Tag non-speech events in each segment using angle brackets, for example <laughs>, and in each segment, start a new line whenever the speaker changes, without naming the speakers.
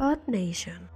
Earth Nation.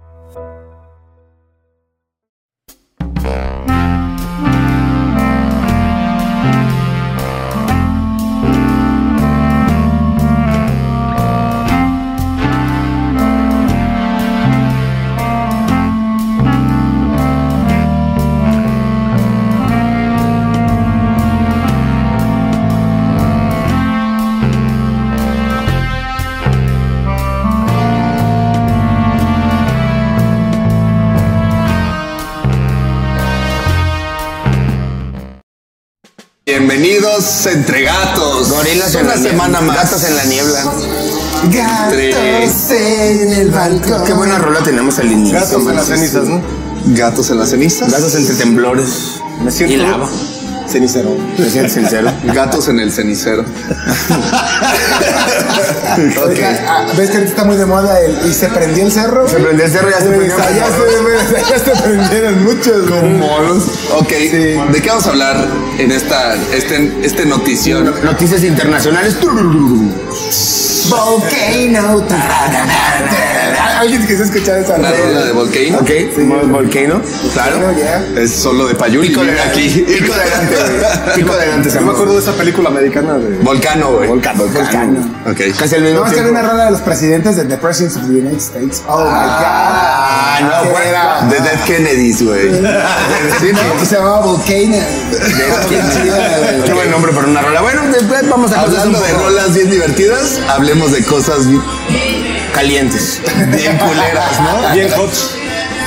Bienvenidos entre gatos.
Gorilas en
Una
la niebla.
semana más.
Gatos en la niebla.
Tres.
en el balcón. Qué buena rola tenemos al inicio.
Gatos en las
manches.
cenizas, ¿no? Gatos en las cenizas.
Gatos entre
<laughs>
temblores.
¿No es cierto?
Y lava.
Cenicero.
¿Me sientes sincero?
Gatos en el cenicero.
Oiga, ah, ¿Ves que ahorita está muy de moda el y se prendió el cerro?
Se prendió el cerro, ya se
Güey,
prendió el
allá
cerro.
se-
<laughs>
güey, allá se prendieron muchos. güey. Eh,
Ok, ¿de qué vamos a hablar en esta este, este notición?
Noticias internacionales.
Volcano. eh, Alguien que se escuchar esa
La rola de
rola.
Volcano.
Ok, vol- volcano.
Bueno,
Claro.
ya.
Es solo de Payuli.
Pico
vive
de
aquí.
Pico de
<laughs>
adelante, güey. Pico de adelante,
Yo me acuerdo de esa película americana de.
Volcano, güey.
Volcano. Volcano.
Ok.
Casi al mismo
Vamos a hacer
tiempo.
una rola de los presidentes de The Presidents of the United States. Oh my God.
Ah, no,
Que
fuera.
era-
De Dead Kennedys, güey.
Sí,
pues,
¿no? Se llamaba Volcano.
Qué buen nombre para una rola. Bueno, después vamos a cosas un
Hablando de
poco
rolas bien divertidas, hablemos de cosas
calientes.
bien culeras,
<laughs>
¿no?
Bien hot.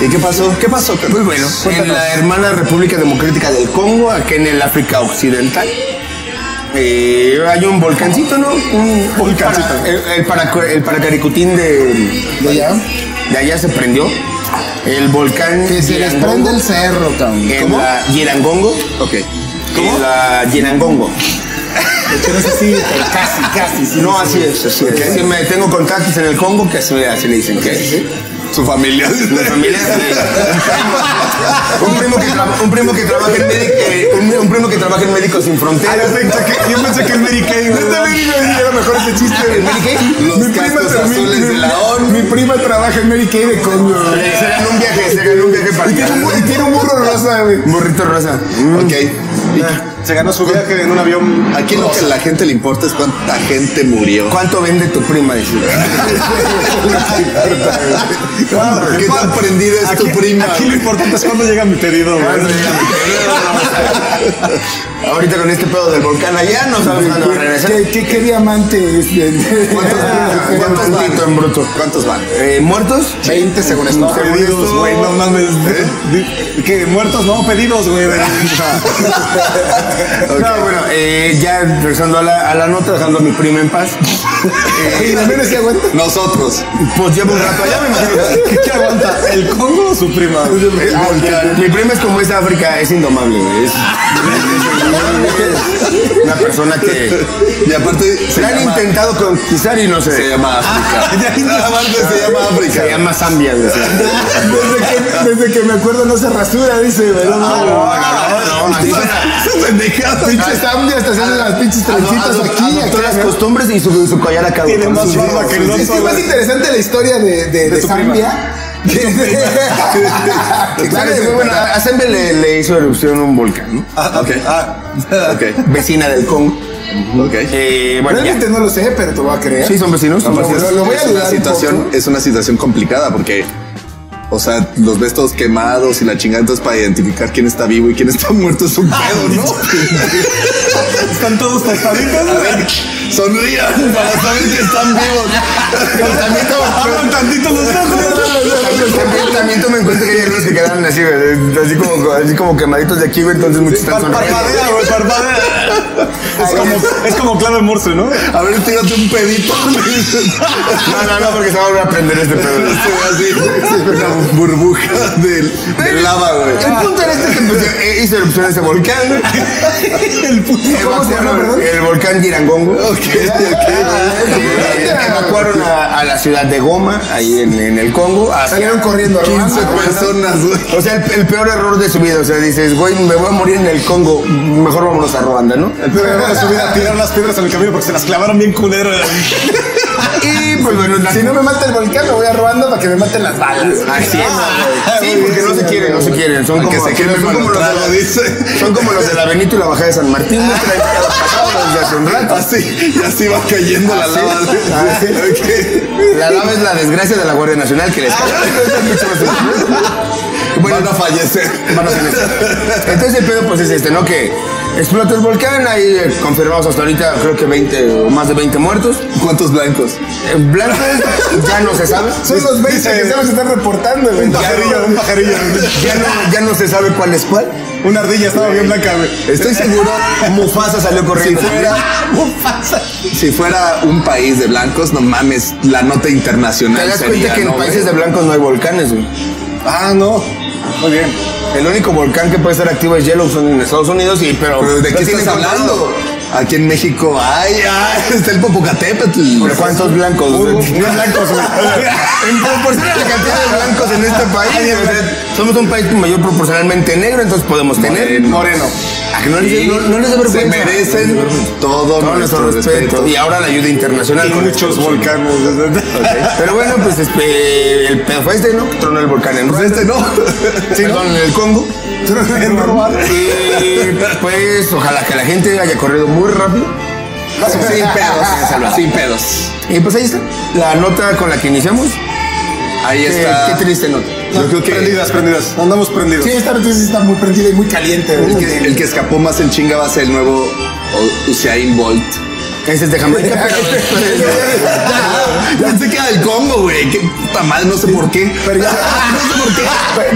¿Y qué pasó? ¿Qué pasó?
Pues bueno, en la hermana República Democrática del Congo, acá en el África Occidental, eh, hay un volcancito, ¿no? Un
Volcancito.
para- el, el, paracu- el paracaricutín de,
¿De allá?
de allá se prendió. El volcán.
Que se les prende el cerro, cabrón.
En
¿Cómo?
la Yerangongo.
Ok.
En la Yerangongo.
Que no sé si, pero casi, casi. sí.
No, así es, así es. Sí, me tengo contactos en el Congo que así, así le dicen que es.
Su familia.
Mi familia, sí. un, primo que traba- un primo que trabaja en médico, un, un primo que trabaja en Médicos Sin
Ah,
Fronteras.
Yo pensé que, yo pensé que el Mary Kay, güey.
era mejor ese chiste.
Ah,
Los cascos
termina-
azules de la ONU.
Mi prima trabaja en Mary Kay de Congo. güey.
Se ganó un viaje, se ganó Eh, un viaje para
Y tiene un, bu- y
allá.
tiene un burro rosa, güey.
Burrito rosa.
Ok.
Ah.
Se ganó su viaje en un avión.
Aquí lo que a la gente le importa es cuánta gente murió.
¿Cuánto vende tu prima?
<laughs>
Dice.
¿Qué tan prendida es tu
Aquí-
prima?
Aquí
<laughs>
lo importante es cuando llega mi pedido, güey.
Ahorita con este pedo del volcán allá no sabes cuándo va a regresar.
¿Qué, qué, qué diamante es?
¿Cuántos, cuántos
¿Cuántos
van? en bruto?
¿Cuántos van?
Eh, ¿Muertos?
20 según esto.
No, pedidos, güey, no mames.
¿eh?
¿eh?
Que muertos, no, pedidos, güey.
<laughs>
de-
No, bueno, eh, ya regresando a la, a la nota, dejando a mi prima en paz.
Y al menos se aguanta.
Nosotros.
Pues llevo un rato allá, me imagino.
¿Qué aguanta? ¿El Congo o su prima?
El volcán. Mi prima es como es África, es indomable. güey. Es, es una persona que
Y aparte se
la han
llama,
intentado conquistar y no se,
se llama África. Aparte se llama
se
África.
llama Zambia. güey.
Desde que, desde que me acuerdo no se rasura, dice, güey. No, no,
no, no, no.
Esa pendejada.
Pinche Zambia hasta se hacen las pinches trencitas
Adop-
aquí.
adoptó
acá,
las
acá.
costumbres y su, su collar acá. güey,
Tiene
con
más
sus
barba
dedos,
que
sus
el
dedos.
Es que es más interesante la historia de, de, de
tu
<laughs> Zambia. que de-
¿Sabes? Bueno, a a Zambia le, le hizo erupción un
<laughs>
volcán, ¿no?
Ah, ok. Ok.
Vecina del Congo.
Ok.
Eh, bueno, ya.
Realmente no lo sé, pero te voy a creer.
Sí, son vecinos. son
No,
vecinos.
lo- lo voy a
es una
dudar un
situación,
poco.
es una situación complicada porque, o sea, los ves todos quemados y la chingada, entonces para identificar quién está vivo y quién está muerto es un pedo, ¿no?
Ah, <laughs> Están todos tostaditos,
A ver, sonrían para saber que están vivos.
Abran tantito los ojos.
También, también toma en cuenta que hay algunos que quedaron así, güey, así como, así como quemaditos de aquí, güey, entonces muchos están sonriendo.
Parpadea, güey, parpadea. Es como, es como clave morse, ¿no?
A ver, tírate un
<laughs>
pedito. <laughs>
No, no, no, porque se va a volver a prender este pedo.
Se ve así, una burbuja de, de lava, güey.
Ah,
El punto era este que pues, eh, hizo erupción ese volcán, güey.
¿Cómo se llama,
Evacuaron
perdón?
el volcán Girangongo.
Ok, ok.
Eh, evacuaron a, a la ciudad de Goma, ahí en, en el Congo. a-
Salieron corriendo a
15 personas, güey.
o sea, el, el peor error de su vida. O sea, dices, güey, me voy a morir en el Congo. Mejor vámonos a Ruanda, ¿no?
Pero van a subir a tirar las piedras en el camino porque se las clavaron bien culero.
Y pues bueno, la-
Si no me mata el volcán, lo voy a robando para que me maten las balas.
Así es,
Ah,
güey. Sí, porque no se quieren, no se quieren. Son
que
como,
se quieren
son como los de
maltrago,
la,
dice.
<laughs> son como los de la Benito y la Bajada de San Martín. ¿no? Que la han pasado desde hace un rato.
Así, y así va cayendo la lava. Ok.
La lava es la desgracia de la Guardia Nacional que les cayó. Bueno,
Van a fallecer.
Van a fallecer. Entonces el pedo pues es este, ¿no? Que explota el volcán, ahí eh, confirmados hasta ahorita creo que 20 o más de 20 muertos.
¿Cuántos blancos?
En blanco ya no se sabe.
Son los 20 que se los están reportando, güey.
Un pajarillo, un
<laughs>
pajarillo.
Ya no, ya no se sabe cuál es cuál.
Una ardilla estaba bien blanca, güey.
Estoy seguro, Mufasa salió corriendo.
Si fuera- Si fuera un país de blancos, no mames, la nota
Te
internacional
das
sería,
cuenta que en
¿no, güey?
países de blancos no hay volcanes, güey.
Ah, no.
Muy bien.
El único volcán que puede estar activo es Yellowstone en Estados Unidos, y, pero,
Pero ¿de
no
qué
tiene
estás
condado.
hablando? Aquí en México, ay, ay, <laughs> está el Popocatépetl.
¿Pero cuántos
<laughs>
blancos? güey?
blancos,
En proporción a la cantidad de blancos en este país. o sea, somos un país mayor proporcionalmente negro, entonces podemos tener.
Moreno.
¿A que no les,
Sí,
no, no les da
se
vergüenza?
merecen todo,
todo
nuestro respeto.
Y ahora la ayuda internacional.
Hay
con
muchos
esto.
volcanes.
<laughs>
Pero bueno, pues este, el pedo fue este, ¿no? Que Tronó el volcán en Ruanda.
Este no.
Perdón, en el Congo. Y pues ojalá que la gente haya corrido muy rápido.
<laughs> Sin pedos. Sin pedos.
Y pues ahí está, la nota con la que iniciamos.
Ahí
Qué,
está.
qué triste nota.
Yo creo que
Prendidas, prendidas. Andamos prendidos.
Sí, esta noticia está muy prendida y muy caliente,
el,
güey.
que el que escapó más en chinga va a ser el nuevo U- Usain <laughs> Bolt.
Ese es de Jamaica,
<laughs>
pero-
Pensé que era del Congo, güey. Qué puta madre, no sé por qué. <laughs>
Pero ya-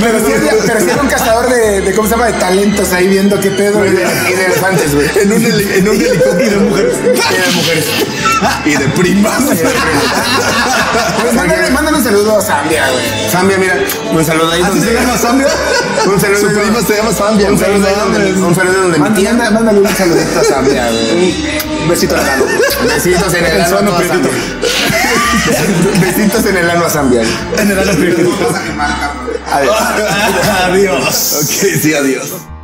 Pero sí, había- pero sí era un cazador de, de, ¿cómo se llama? De talentos ahí viendo qué pedo. güey.
y de elefantes, güey.
En un, heli- en un helicóptero de mujeres.
Eran mujeres.
Y de primas.
Pues mándale, mándale un saludo a Zambia, güey.
Zambia, mira, un saludo ahí
¿Así
donde-
se llama Zambia?
Un saludo
Su
ahí
prima
donde-
se llama Zambia.
Un saludo ahí
No
donde,
mames.
un saludo donde mi tía.
Mándale, mándale un saludito a Zambia, güey. Un besito al lado.
Besitos en el ano a toda Zambia. Besitos en el ano a Zambia.
Adiós.
Ok, sí, adiós.